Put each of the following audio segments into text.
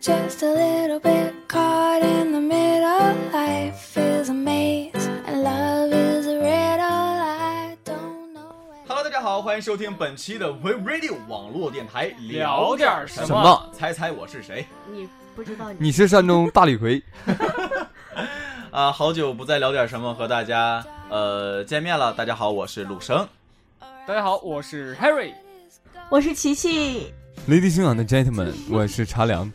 just a little bit caught in the middle. Life is a maze, and love is a riddle. I don't know. where- Hello，大家好，欢迎收听本期的 We Radio 网络电台，聊点儿什什么？猜猜我是谁？你不知道你是山中大李逵，啊，好久不再聊点什么，和大家呃见面了。大家好，我是陆生。大家好，我是 Harry。我是琪琪， Ladies and Gentlemen，我是茶凉。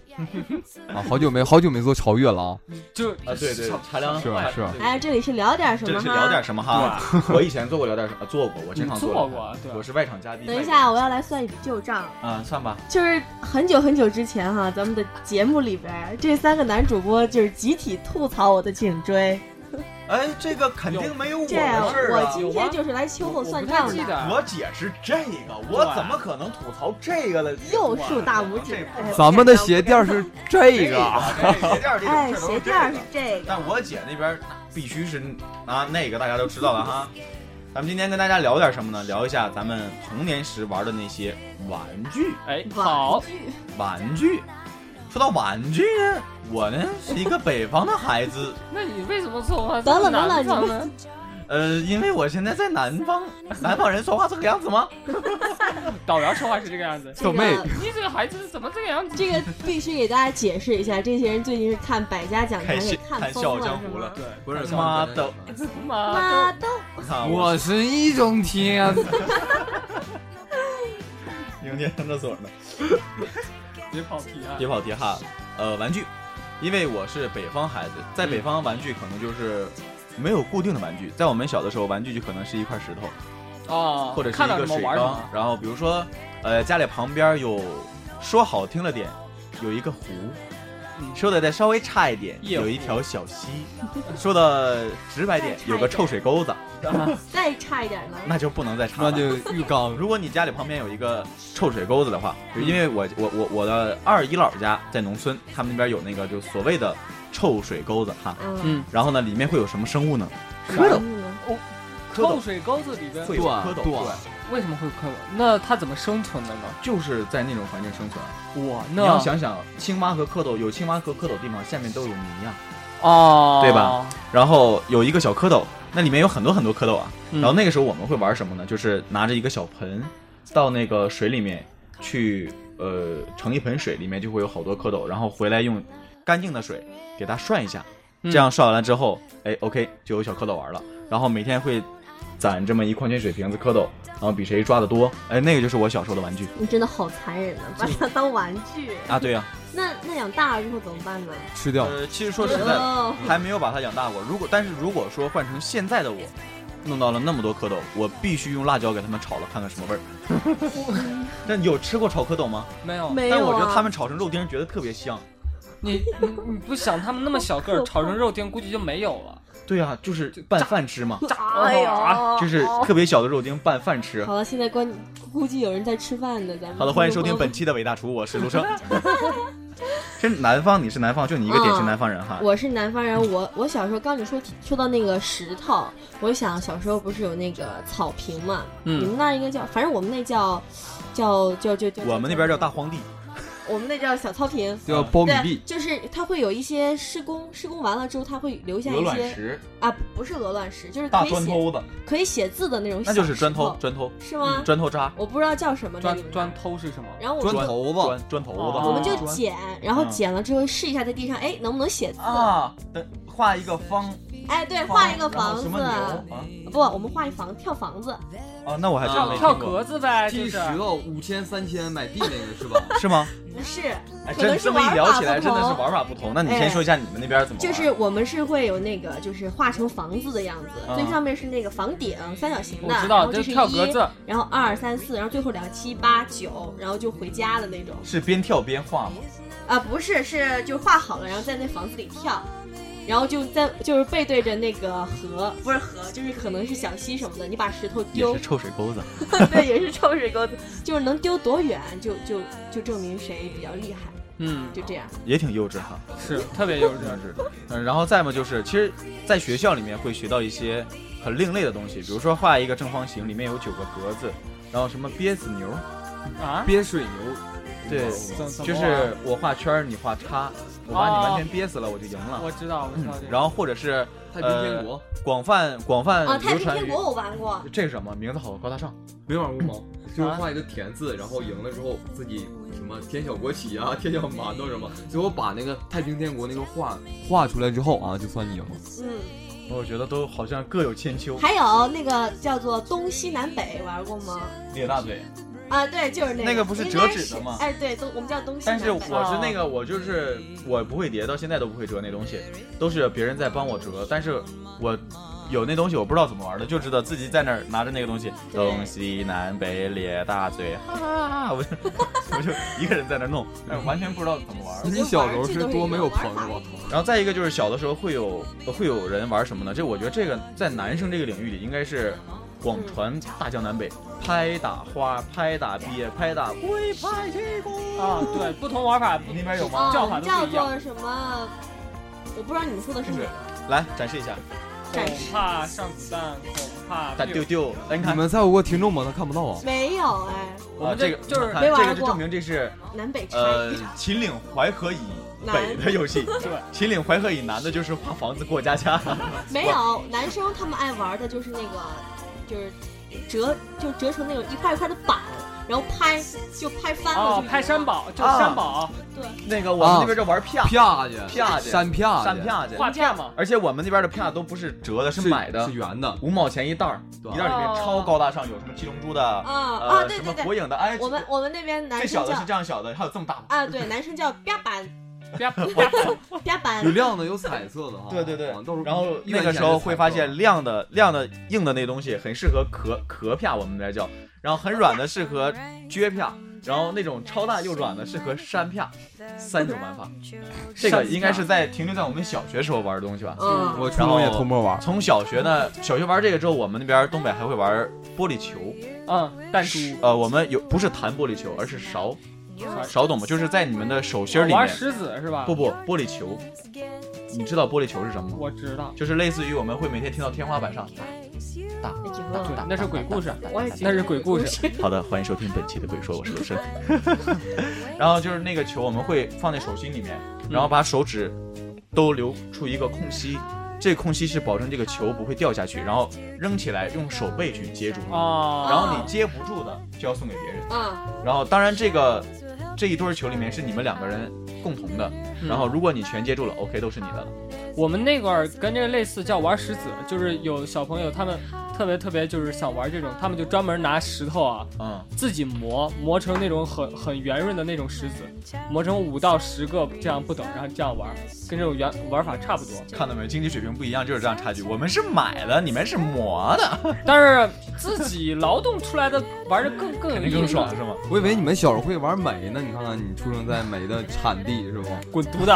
啊，好久没好久没做超越了啊！就啊，对对，茶凉是吧是吧哎，这里是聊点什这么里哈？是聊点什么哈？ 我以前做过聊点什么，做过，我经常你做过。过对我是外场嘉宾。等一下，我要来算一笔旧账，啊，算吧，就是很久很久之前哈，咱们的节目里边，这三个男主播就是集体吐槽我的颈椎，哎，这个肯定没有我的这事儿我啊。今天就是来秋后我算不太账记的，得，我姐是这个，我怎么可能吐槽这个呢？又竖大拇指。这哎咱们的鞋垫是这这个啊，鞋垫儿这哎，种事儿都鞋是这垫儿个是。这个，但我姐那边必须是啊，那个大家都知道了哈。咱们今天跟大家聊点什么呢？聊一下咱们童年时玩的那些玩具。哎，好，玩具，说到玩具呢，我呢是一个北方的孩子， 那你为什么说话等等等等南你方呢？呃，因为我现在在南方，南方人说话这个样子吗？ 导员说话是这个样子。这小妹个你这个孩子怎么这个样子？这个必须给大家解释一下，这些人最近是看百家讲坛看给笑看看疯笑傲了江是湖吗了？对，不是妈的， 妈妈的，都你看我是一种天。迎接上厕所呢，别跑题啊！别跑题哈。呃，玩具，因为我是北方孩嗯子，在北方玩具可能就是没有固定的玩具，在我们小的时候，玩具就可能是一块石头。啊，或者是看一到什个么水玩什缸么，。然后比如说，呃，家里旁边有，说好听了点，有一个湖；嗯说的再稍微差一点，夜有一壶条小溪；说的直白点 再，差有一个点臭水沟子，再差一点嗯呢，那就不能再差那了。就浴缸如果你家里旁边有一个臭水沟子的话，就因为我我我我的二姨姥家在农村，他们那边有那个就所谓的臭水沟子哈，嗯，嗯，然后呢，里面会有什么生物呢？蝌蚪，嗯蝌臭蚪水沟子里边会有断蝌蚪，断对，为什么会蝌蚪？那它怎么生存的呢？就是在那种环境生存。我你要呢？想想，青蛙和蝌蚪有青蛙和蝌蚪地方，下面都有泥啊呀、哦，对吧？然后有一个小蝌蚪，那里面有很多很多蝌蚪啊。嗯然后那个时候我们会玩什么呢？就是拿着一个小盆，到那个水里面去，呃，盛一盆水，里面就会有好多蝌蚪，然后回来用干净的水给它涮一下，嗯这样涮完了之后，哎，OK，就有小蝌蚪玩了。然后每天会攒这么一矿泉水瓶子蝌蚪，然后比谁抓的多，哎，那个就是我小时候的玩具你真的好残忍啊，把它当玩具。啊。对呀、那那养大了之后怎么办呢？吃掉，呃，其实说实在嗯的。哦还没有把它养大过。如果但是如果说换成现在的我，弄到了那么多蝌蚪，我必须用辣椒给它们炒了，看看什么味儿。 那你有吃过炒蝌蚪吗？没有，没有、啊、嗯但我觉得它们炒成肉丁儿觉得特别香。你你你不想它们那么小个 儿，炒成肉丁估计就没有了。啊对啊，就是哦拌饭吃嘛，哎呦，就是特别小的肉丁拌饭吃。好了，现在关估计有人在吃饭呢，咱们好的，欢迎收听本期的伟大厨，我是卢生。 是南方，你是南方，就你一个典型南方人哈。我是南方人，我我小时候刚你说说到那个石头，我就想小时候不是有那个草坪嘛，你嗯，们那儿应该叫，反正我们那叫叫叫叫叫，我们那边叫大，荒地，我们那叫小草坪。叫苞米对啊地，，就是它会有一些施工，施工完了之后，它会留下鹅一卵些石、啊，不是鹅卵石，就是大可以砖写头子，可以写字的那种小石头，那就是砖头，砖头，是吗？砖头渣，我不知道叫什么的，你砖砖们头是什么？然后我砖们就头子，砖砖头子。哦我们就砖捡，然后嗯捡了之后试一下在地上，哎，能不能写字？啊，等画一个方，哎，对，画一个然后房什子么，牛啊？不，我们画一房跳房子，哦，那我啊还真没跳听跳过，格子呗，就踢是石。头五千三千买地那个是吧？是吗？是，哎，可能真是这么一聊起来，玩法不真的是同玩法不同。那你先哎说一下你们那边怎么玩？就是我们是会有那个，就是画成房子的样子，嗯最上面是那个房顶，三角形的，我知然道，后就这是是跳格一，子，然后二三四，然后最后两七八九，然后就回家的那种。是边跳边画吗？啊，不是，是就画好了，然后在那房子里跳。然后就在就是背对着那个河，不是河，就是可能是小溪什么的。你把石头也丢是，臭水沟子。 对，也是臭水沟子，就是能丢多远就就就证明谁比较厉害，嗯，就这样。也挺幼稚哈，是特别幼稚真。的 是。嗯，然后再嘛就是，其实，在学校里面会学到一些很另类的东西，比如说画一个正方形，里面有九个格子，然后什么憋死牛，啊，憋水牛，对，怎怎么就是玩我画圈儿，你画叉，我把你哦完全憋死了，我就赢了。嗯我知道，我知道这个。然后或者是太平天国广泛广泛啊，太流平传天于国我玩过，这是什么名字好高大上？没玩过 吗？就是啊画一个田字，然后赢了之后自己什么添小国旗啊，添小馒头什么，最后把那个太平天国那个画画出来之后啊，就算你赢了。嗯，我觉得都好像各有千秋。还有那个叫做东西南北玩过吗？咧大嘴，啊，对，就是那个，那个不是应折该纸是的吗哎，对，都我们叫东西但南北。是我是那个我就是我不会叠，到现在都不会折那东西，都是别人在帮我折。但是我有那东西我不知道怎么玩的，就知道自己在那儿拿着那个东西，对东西南北咧大嘴，哈哈哈，我就 我就一个人在那儿弄，哎，完全不知道怎么玩。你小时候是多没有朋友啊？然后再一个就是小的时候会有会有人玩什么呢？这我觉得这个在男生这个领域里应该是广传大江南北，拍打花、拍打鳖、拍打龟、拍踢弓啊，对，不同玩法，那边有吗啊，叫我法们都不叫一样。做什么？我不知道你们说的是哪是个。来展示一下，展恐示怕上子弹，恐怕打丢丢。哎，你你看们在有个听众吗？他看 不到啊。没有哎，我啊们这这个就是你看没玩这个就过证明这是南北差呃异。秦岭淮河以南北的游戏。对， 秦岭淮河以南的就是画房子过家家，没有，男生他们爱玩的就是那个，就是折就折成那种一块一块的板，然后拍就拍翻了。哦，就拍山宝就是啊山宝 那个我们啊那边叫玩啪啪去，啪去山啪去，扇啪去，画片 嘛，而且我们那边的啪都不是折的，是买的是，圆的。五毛钱一袋儿，对啊一袋儿里面超高大上，有什么七龙珠的，啊呃，哦啊，对什对么对，火影的，哎，我们我们那边最男生小的是叫这样小哦的，还有这么大的。啊，对，男生叫啪板啪啪啪板有，亮的，有彩色的哈。 对对对啊到时候然后一元那钱个时候是彩会色发现亮的亮的硬的那东西很适合壳壳啪，我们那叫，然后很软的适合撅啪，然后那种超大又软的适合扇啪，三种玩法。这个应该是在停留在我们小学时候玩的东西吧。嗯，我初中也偷摸玩，从小学呢，小学玩这个之后，我们那边东北还会玩玻璃球，嗯，弹珠。呃，我们有不是弹玻璃球，而是勺，勺懂吗？就是在你们的手心儿里玩面，石子是吧？不，不，玻璃球，你知道玻璃球是什么吗？我知道，就是类似于我们会每天听到天花板 上打那打几打个打，那是鬼故事，嗯我也觉那得是鬼故 事。好的，欢迎收听本期的《鬼说》，我是刘深。然后就是那个球，我们会放在手心里面，然后把手指都留出一个空隙，这空隙是保证这个球不会掉下去，然后扔起来用手背去接住，哦，然后你接不住的就要送给别人。嗯，然后当然这个这一堆球里面是你们两个人共同的，嗯然后如果你全接住了，OK 都是你的了。我们那块儿跟这个类似，叫玩石子，就是有小朋友他们特别特别就是想玩这种，他们就专门拿石头啊嗯，自己磨磨成那种很很圆润的那种石子，磨成五到十个这样不等，然后这样玩，跟这种原玩法差不多。看到没有，经济水平不一样就是这样差距。我们是买的，你们是磨的，但是自己劳动出来的玩的更更有肯定意更思爽，是吗？我以为你们小时候会玩煤呢，你看看你出生在煤的产地是不？滚犊子！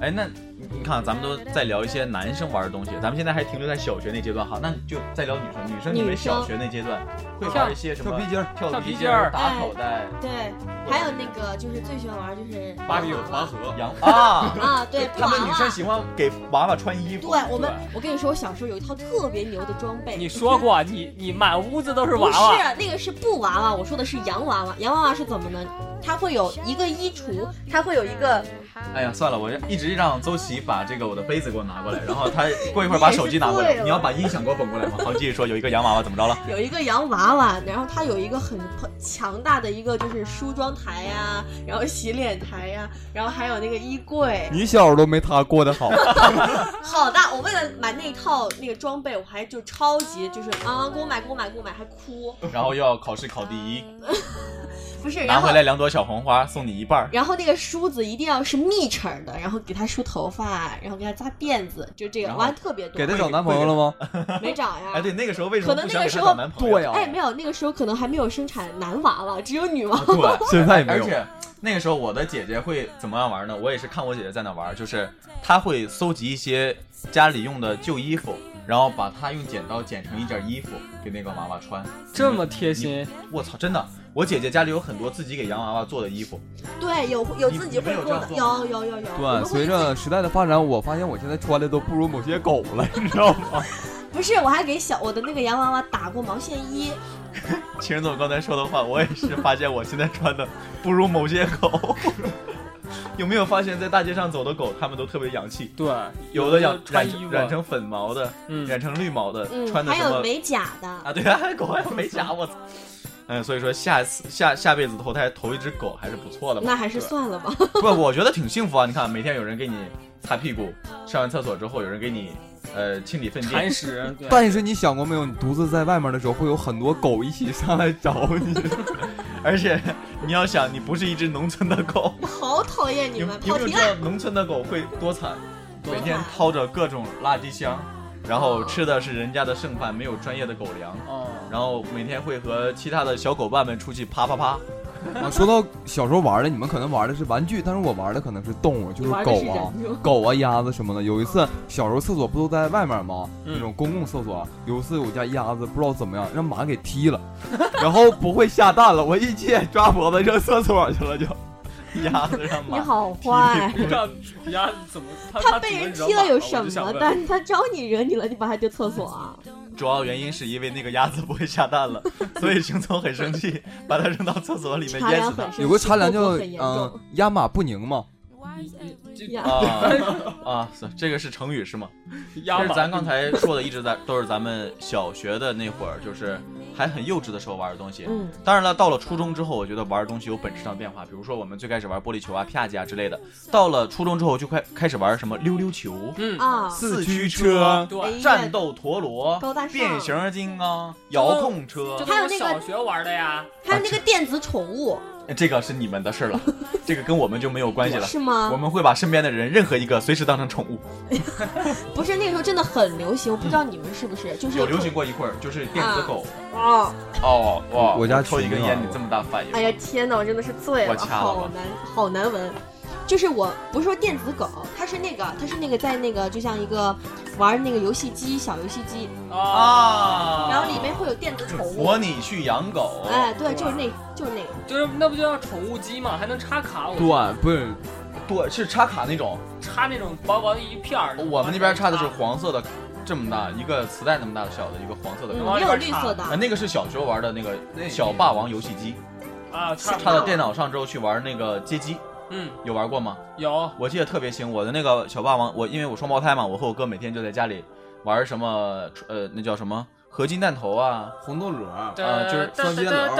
哎，那你你看，咱们都在聊一些男生玩的东西，咱们现在还停留在小学那阶段哈，那你就再聊女生，女生你们女生小学那阶段会玩一些什么跳皮筋儿、跳皮跳皮筋儿、儿打口袋、对，还有那个就是最喜欢玩就是芭比娃有娃。拔河，洋啊啊，对， 他布们娃女娃生喜欢给娃娃穿衣服，对我们，我跟你说，我小时候有一套特别牛的装备。你说过你你满屋子都是娃不娃，是，那个是布娃娃，我说的是洋娃娃。洋娃娃是怎么呢？它会有一个衣橱，它会有一个哎呀，算了，我一直让邹琪把这个我的杯子给我拿过来，然后他过一会儿把手机拿过你也来是，醉了你要把音响给我捧过来吗？好，继续说，有一个洋娃娃怎么着 了？有一个洋娃娃，然后它有一个很强大的一个就是梳妆台呀、然后洗脸台呀、然后还有那个衣柜，你小时候都没他过得 好，好大！我为了买那套那个装备，我还就超级就是啊，给我买，给我买，给我买，还哭，然后又要考试考第一，不是，呃拿然后回来两朵小红花送你一半儿。然后那个梳子一定要是密齿儿的，然后给它梳头发，然后给它扎辫子，就这个然后玩特别多给，他找男朋友 了吗？没找呀。哎，对，那个时候为什么可能不想那给个他时候找男朋友？呀哎，没有，那个时候可能还没有生产男娃娃，只有女娃啊 对， 现在也没而有。且那个时候我的姐姐会怎么样玩呢？我也是看我姐姐在那玩，就是她会搜集一些家里用的旧衣服，然后把它用剪刀剪成一件衣服给那个娃娃穿。这么贴心，我操，真的，我姐姐家里有很多自己给洋娃娃做的衣服。 对，有有自己你们会有做这样的，做吗有有有有。我对，们会随着时代的发展，我发现我现在穿的都不如 某些狗了，你知道吗？不是，我还给小我的那个洋娃娃打过毛线衣，秦总刚才说的话，我也是发现我现在穿的不如某些狗。 有没有发现，在大街上走的狗，它们都特别洋气，对，有的要穿染衣服，染成粉毛的，嗯，染成绿毛的，穿嗯，的还什么有美甲的，啊？对啊， 还有狗还有美甲，我操！嗯，所以说下次下下辈子投胎投一只狗还是不错的嘛。那还是对吧算了吧。 不，我觉得挺幸福啊！你看，每天有人给你擦屁股，上完厕所之后有人给你呃清理粪便铲，屎， 对但是你想过没有，你独自在外面的时候，会有很多狗一起 上来找你。 而且你要想，你不是一只农村的狗，好讨厌你你们，你有跑没有题知了。道农村的狗会多惨？多每天惨掏着各种垃圾箱，然后吃的是人家的剩饭，没有专业的狗粮，哦，然后每天会和其他的小狗伴们出去啪啪啪。啊，说到小时候玩的，你们可能玩的是玩具，但是我玩的可能是动物， 就是玩的狗是啊人肉、狗啊、鸭子什么的。有一次，小时候厕所不都在外面吗？嗯那种公共厕所，有一次我家鸭子不知道怎么样让马给踢 了，然后不会下蛋了，我一起眼抓脖子扔厕所去了就。 鸭子让你马，好坏，不知道人家怎么他他被人踢了有什么？但的？他招你惹你了，你把他丢厕所啊？主要原因是因为那个鸭子不会下蛋 了，所以秦总很生气，把它扔到厕所里面茶淹凉死它很。深，有个茶凉叫后果很严嗯重压马不宁嘛，嗯呀。啊啊，是这个是成语是吗？压但是马，咱刚才说的一直在都是咱们小学的那会儿，就是还很幼稚的时候玩的东西。嗯，当然了，到了初中之后，我觉得玩的东西有本质上的变化。比如说，我们最开始玩玻璃球啊、啪叽啊之类的，到了初中之后就快开始玩什么溜溜球、嗯，啊，四驱车、哎啊对，呀战斗陀螺、高大哦上，变形金刚、遥控车就，还有那是个小学玩的呀，还有那个电子宠物这个是你们的事 儿了，这个跟我们就没有关系了。是吗我？们会把身边的人任何一个随时当成宠物。不是那个时候真的很流行，我不知道你们是不是，就是有流行过一会儿，就是电子狗。啊！哦哇，我家抽一根群啊烟，你我这么大反应。哎呀天哪，我真的是醉我了，掐了吧好难好难闻。就是我不是说电子狗，它是那个它是那个在那个就像一个玩那个游戏机小游戏机，啊，然后里面会有电子宠物我。你去养狗，哎，对，就是那，就是那个，就是那不就叫宠物机嘛，还能插卡，我对，不是对，是插卡那种。插那种薄薄的一片儿。啊我们那边插的是黄色的，这么大一个磁带那么大的小的一个黄色的嗯钢。往也里有边绿插色啊，的，那个是小时候玩的那个那小霸王游戏机，啊，插插到电脑上之后去玩那个街机，嗯，有玩过吗？有我记得特别清，我的那个小霸王，我因为我双胞胎嘛，我和我哥每天就在家里玩什么，呃，那叫什么合金弹头啊，红豆螺，啊就是双节哒轮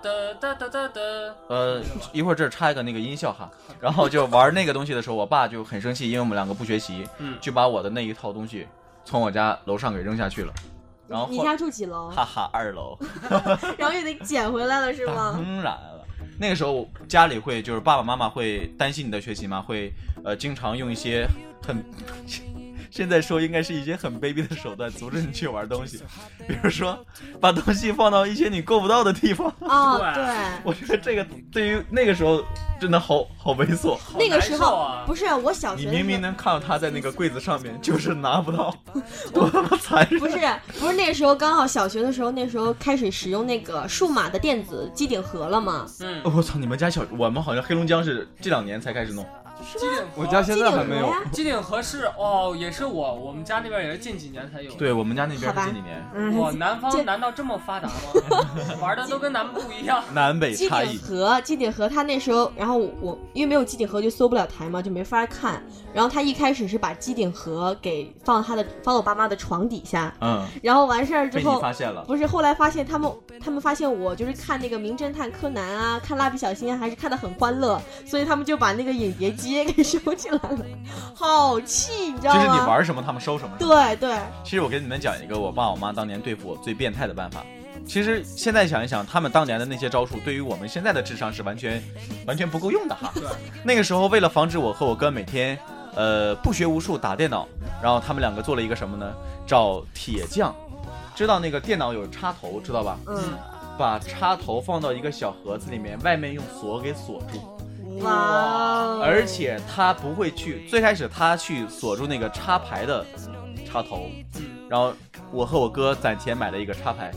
哒哒哒哒哒哒。呃，一会儿这儿插一个那个音效哈，然后就玩那个东西的时候，我爸就很生气，因为我们两个不学习，嗯就把我的那一套东西从我家楼上给扔下去了，然后你后家住几楼？哈哈二楼，然后又得捡回来了是 吗？当然了。那个时候家里会就是爸爸妈妈会担心你的学习嘛，会呃经常用一些很 现在说应该是一些很卑鄙的手段阻止你去玩东西， 比如说把东西放到一些你够不到的地方。啊，对对。我觉得这个对于那个时候真的好好猥琐。好那个难时受候啊不是我小你学的明时明候能看到他在那个柜子上面，就是拿不到，多么残忍！ 不是不是那时候刚好小学的时候，那时候开始使用那个数码的电子机顶盒了嘛。嗯，哦我操，你们家小，我们好像黑龙江是这两年才开始弄。机顶盒，我家现在还没机有顶盒呀。机顶盒是哦，也是我我们家那边也是近几年才有。，对我们家那边好吧是这几年，哇，嗯，南这方难道这么发达吗？ 玩的都跟咱们不一样。南北机差顶异。盒，机顶盒，它那时候，然后我我因为没有机顶盒就搜不了台嘛，就没法看。然后他一开始是把机顶盒给放他的放我爸妈的床底下，嗯，然后完事儿之被你后，发现了。不是后来发现他们他们发现我就是看那个《名侦探柯南》啊，看《蜡笔小新》啊，还是看的很欢乐，所以他们就把那个影碟机给收起来了，好气，你知道就是吗？你玩什么，他们收什么。对对，其实我给你们讲一个我爸我妈当年对付我最变态的办法。其实现在想一想，他们当年的那些招数，对于我们现在的智商是完全完全不够用的哈。对，那个时候为了防止我和我哥每天呃不学无术打电脑，然后他们两个做了一个什么呢？找铁匠，知道那个电脑有插头，知道吧？嗯，把插头放到一个小盒子里面，外面用锁给锁住。哇哦，而且他不会去，最开始他去锁住那个插排的插头，然后我和我哥攒钱买了一个插排，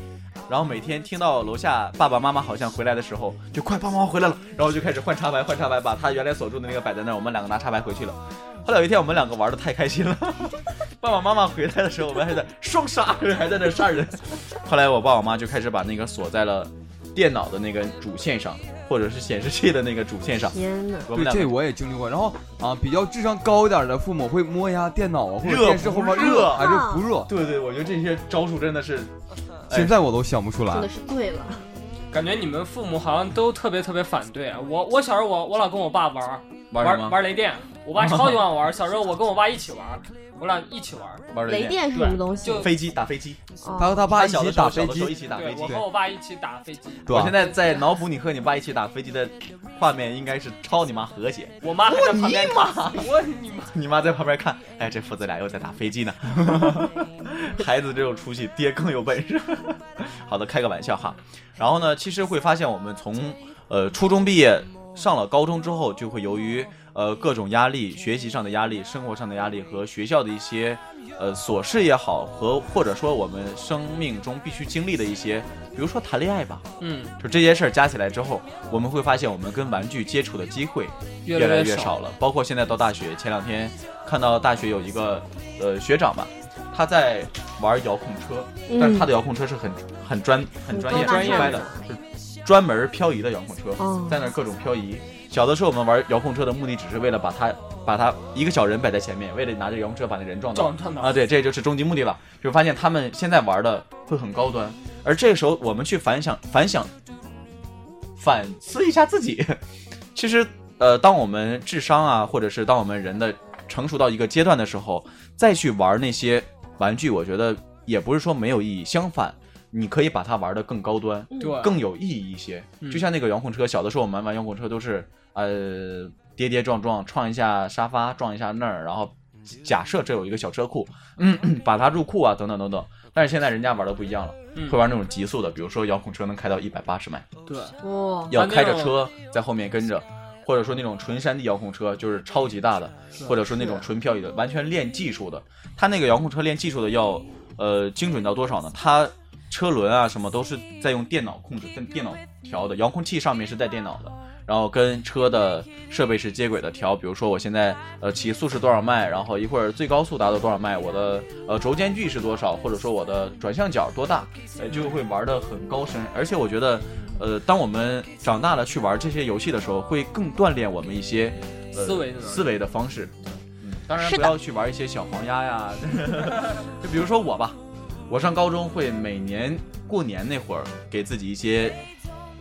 然后每天听到楼下爸爸妈妈好像回来的时候，就快爸爸妈妈回来了，然后就开始换插排换插排，把他原来锁住的那个摆在那儿，我们两个拿插排回去了。后来有一天我们两个玩的太开心了，爸爸妈妈回来的时候，我们还在双杀，还在那杀人。后来我爸我妈就开始把那个锁在了电脑的那个主线上，或者是显示器的那个主线上。天哪！我们对，两这个我也经历过。然后啊，比较智商高一点的父母会摸一下电脑啊，或者热电视后面不热哎还是啊不热。对对，我觉得这些招数真的是哎现在我都想不出来真的。是对了，感觉你们父母好像都特别特别反对。啊我我小时候我我老跟我爸玩儿玩玩什么？玩雷电，我爸超喜 欢玩儿。小时候我跟我爸一起玩儿，我俩一起玩儿。玩雷电，电是什么东西？对就飞机打飞机，哦他和他爸一小起的时候打小飞的啊时候一机，起打对飞，机我。和我爸一起打飞机，对我吧现？在在脑补你和你爸一起打飞机的画面，应该是超你妈和谐，我妈还在旁边打。我你妈！ 你妈在旁边看，哎，这父子俩又在打飞机呢。孩子只有出息，爹更有本事。 好的，开个玩笑哈。然后呢，其实会发现我们从呃初中毕业，上了高中之后，就会由于呃各种压力、学习上的压力、生活上的压力和学校的一些呃琐事也好，和或者说我们生命中必须经历的一些，比如说谈恋爱吧，嗯，就这些事儿加起来之后，我们会发现我们跟玩具接触的机会越越来来越少少。了。包括现在到大学，前两天看到大学有一个呃学长吧，他在玩遥控车，但是他的遥控车是很很专嗯很专业很高大很上专业的，是专门漂移的遥控车，哦在那儿各种漂移。小的时候我们玩遥控车的目的只是为了把它把它一个小人摆在前面，为了拿着遥控车把那人撞倒撞撞啊，到。对，这就是终极目的了。就发现他们现在玩的会很高端，而这个时候我们去反想反想反思一下自己， 其实呃，当我们智商啊，或者是当我们人的成熟到一个阶段的时候，再去玩那些玩具，我觉得也不是说没有意义，相反，你可以把它玩的更高端，对，更有意义一些。呃嗯就像那个遥控车，小的时候我们玩遥控车都是呃跌跌撞撞，撞一下沙发，撞一下那儿，然后嗯假设这有一个小车库，嗯，嗯 把它入库啊，等等等等。但是现在人家玩的不一样了，嗯啊会玩那种极速的，比如说遥控车能开到一百八十迈，对，哇，要开着车在后面跟着，或者说那种纯山地遥控车就是超级大的，或者说那种纯漂移的，完全练技术的。它那个遥控车练技术的要呃精准到多少呢？它车轮啊什么都是在用电脑控制，跟电脑调的，遥控器上面是带电脑的。然后跟车的设备是接轨的调，比如说我现在呃起速是多少迈，然后一会儿最高速达到多少迈，我的呃轴间距是多少，或者说我的转向角多大，呃就会玩的很高深。而且我觉得，呃，当我们长大了去玩这些游戏的时候，会更锻炼我们一些、呃、思维的能力思维的方式。嗯，当然是不的要去玩一些呃小黄鸭呀，就比如说我吧，我上高中会每年过年那会儿给自己一些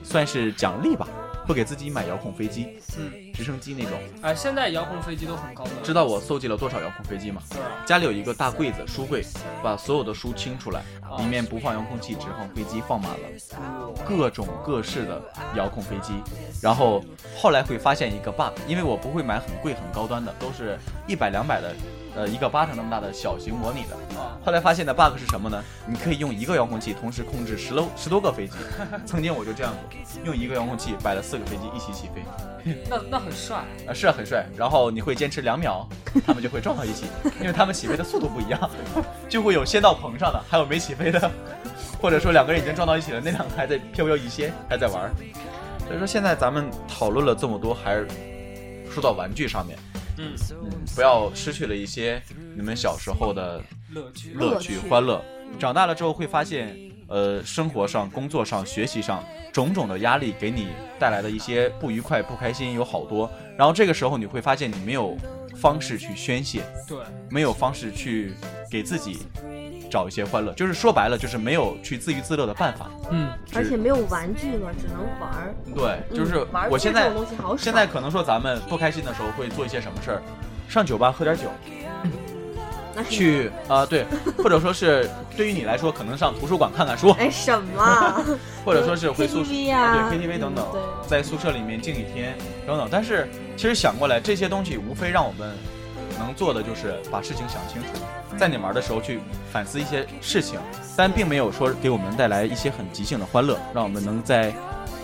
算是奖励吧，会给自己买遥控飞机、嗯，直升机那种。哎，现在遥控飞机都很高端。知道我搜集了多少遥控飞机吗？对啊家里有一个大柜子，书柜，把所有的书清出来，啊里面不放遥控器，只放飞机，放满了各种各式的遥控飞机。然后后来会发现一个 bug，因为我不会买很贵很高端的，都是一百两百的，呃，一个巴掌那么大的小型模拟的。啊，后来发现的 bug 是什么呢？你可以用一个遥控器同时控制十多十多个飞机。曾经我就这样过，用一个遥控器摆了四个飞机一起起飞。那那很帅。啊，是啊，很帅。然后你会坚持两秒，他们就会撞到一起，因为他们起飞的速度不一样，就会有先到棚上的，还有没起飞的，或者说两个人已经撞到一起了，那两个还在飘飘欲仙，还在玩儿。所以说现在咱们讨论了这么多，还是说到玩具上面，嗯，嗯，不要失去了一些你们小时候的乐趣。乐趣、乐趣嗯欢乐。长大了之后会发现，呃，生活上、工作上、学习上种种的压力给你带来的一些不愉快、不开心有好多。然后这个时候你会发现你没有方式去宣泄，对，没有方式去给自己找一些欢乐，就是说白了就是没有去自娱自乐的办法。嗯，而且没有玩具了，只能玩儿。对，就是嗯玩具我现在这种东西好少现在可能说咱们不开心的时候会做一些什么事儿，上酒吧喝点酒，那是去啊、对，或者说是对于你来说可能上图书馆看看书，哎什么？ 或者说是回宿舍 KTV 啊对 KTV 等等嗯对，在宿舍里面静一天等等。但是其实想过来，这些东西无非让我们能做的就是把事情想清楚，在你玩的时候去反思一些事情，但并没有说给我们带来一些很即兴的欢乐，让我们能在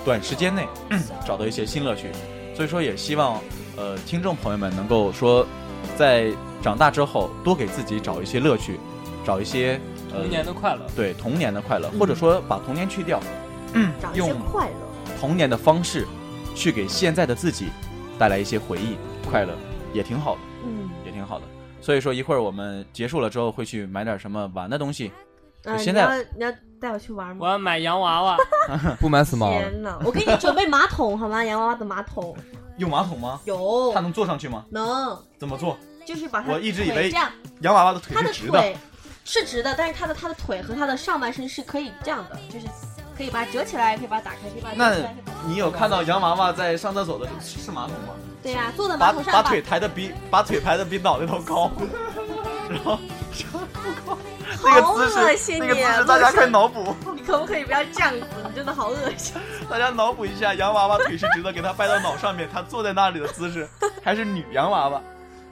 短时间 内嗯找到一些新乐趣。所以说，也希望呃听众朋友们能够说，在长大之后多给自己找一些乐趣，找一些呃童年的快乐。对童年的快乐，或者说把童年去掉。找一些快乐，童年的方式，去给现在的自己带来一些回忆、快乐，也挺好的，嗯，也挺好的。所以说一会儿我们结束了之后会去买点什么玩的东西，嗯，现你要你要带我去玩我吗？要买洋娃娃，不买 smart，天哪，我给你准备马桶好吗？洋娃娃的 马桶有马桶吗？有它能坐上去吗？能，怎么坐？就是把它我一直以腿为这样，洋娃娃的腿他的是直的，腿是直的，但是他的他的腿和他的上半身是可以这样的，就是可以把它折起来，可以把它打开，可以把它折起来。那你有看到洋娃娃在上厕所的时候是是马桶吗？对呀、坐在马把桶上把腿抬得比把腿抬得比脑袋都 高， 然后那好个姿恶势心那你！个姿势大家不是快脑补，你可不可以不要这样子？你真的好恶心。大家脑补一下洋娃娃腿是直的，给它掰到脑上面，它坐在那里的姿势还是女洋娃娃。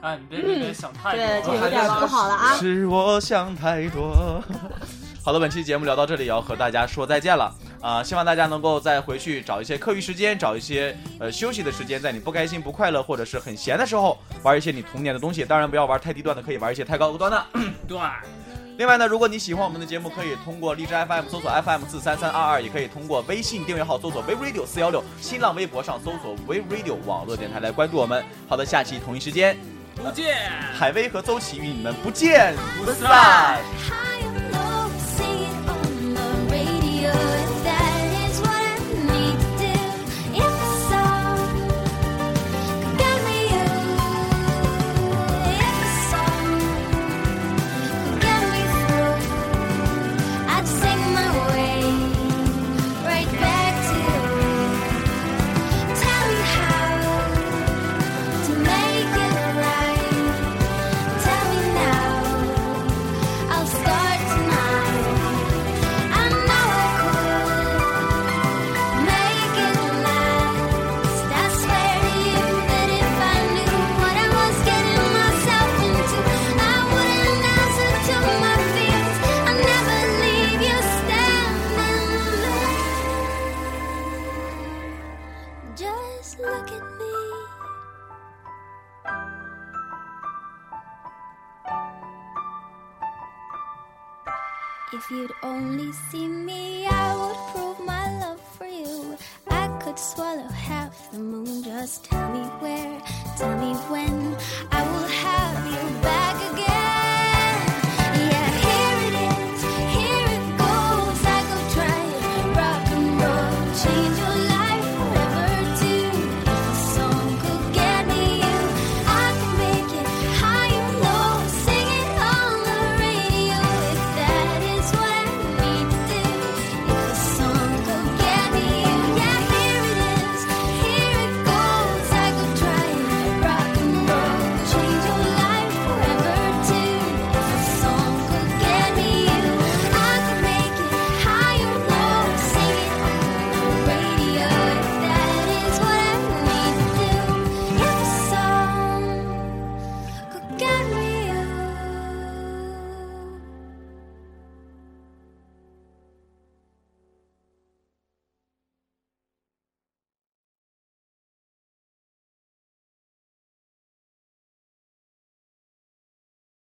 啊，你别你别想太嗯对，这多个有了。点不好了啊。是我想太多。 好的，本期节目聊到这里，也要和大家说再见了啊、希望大家能够再回去找一些课余时间，找一些呃休息的时间，在你不开心、不快乐或者是很闲的时候，玩一些你童年的东西。当然不要玩太低端的，可以玩一些太高端的。对，另外呢，如果你喜欢我们的节目，可以通过荔枝 FM 搜索 FM 四三三二二，也可以通过微信订阅号搜索 We Radio 四幺六，新浪微博上搜索 We Radio 网络电台来关注我们。好的，下期同一时间，不见。海威和邹琦与你们不见不散散。 High and low, sing it on the radio. That is what I need to do. If the song got me you, if the song got me through, I'd sing my way right back to you. Tell me how to make it right. Tell me now. I'll start tonight. I know I could make it last. I swear to you that if I knew what I was getting myself into, I wouldn't answer to my fears. I'll never leave you standing. Just look at me. If you'd only see me, I would prove my love for you. I could swallow half the moon, just tell me where.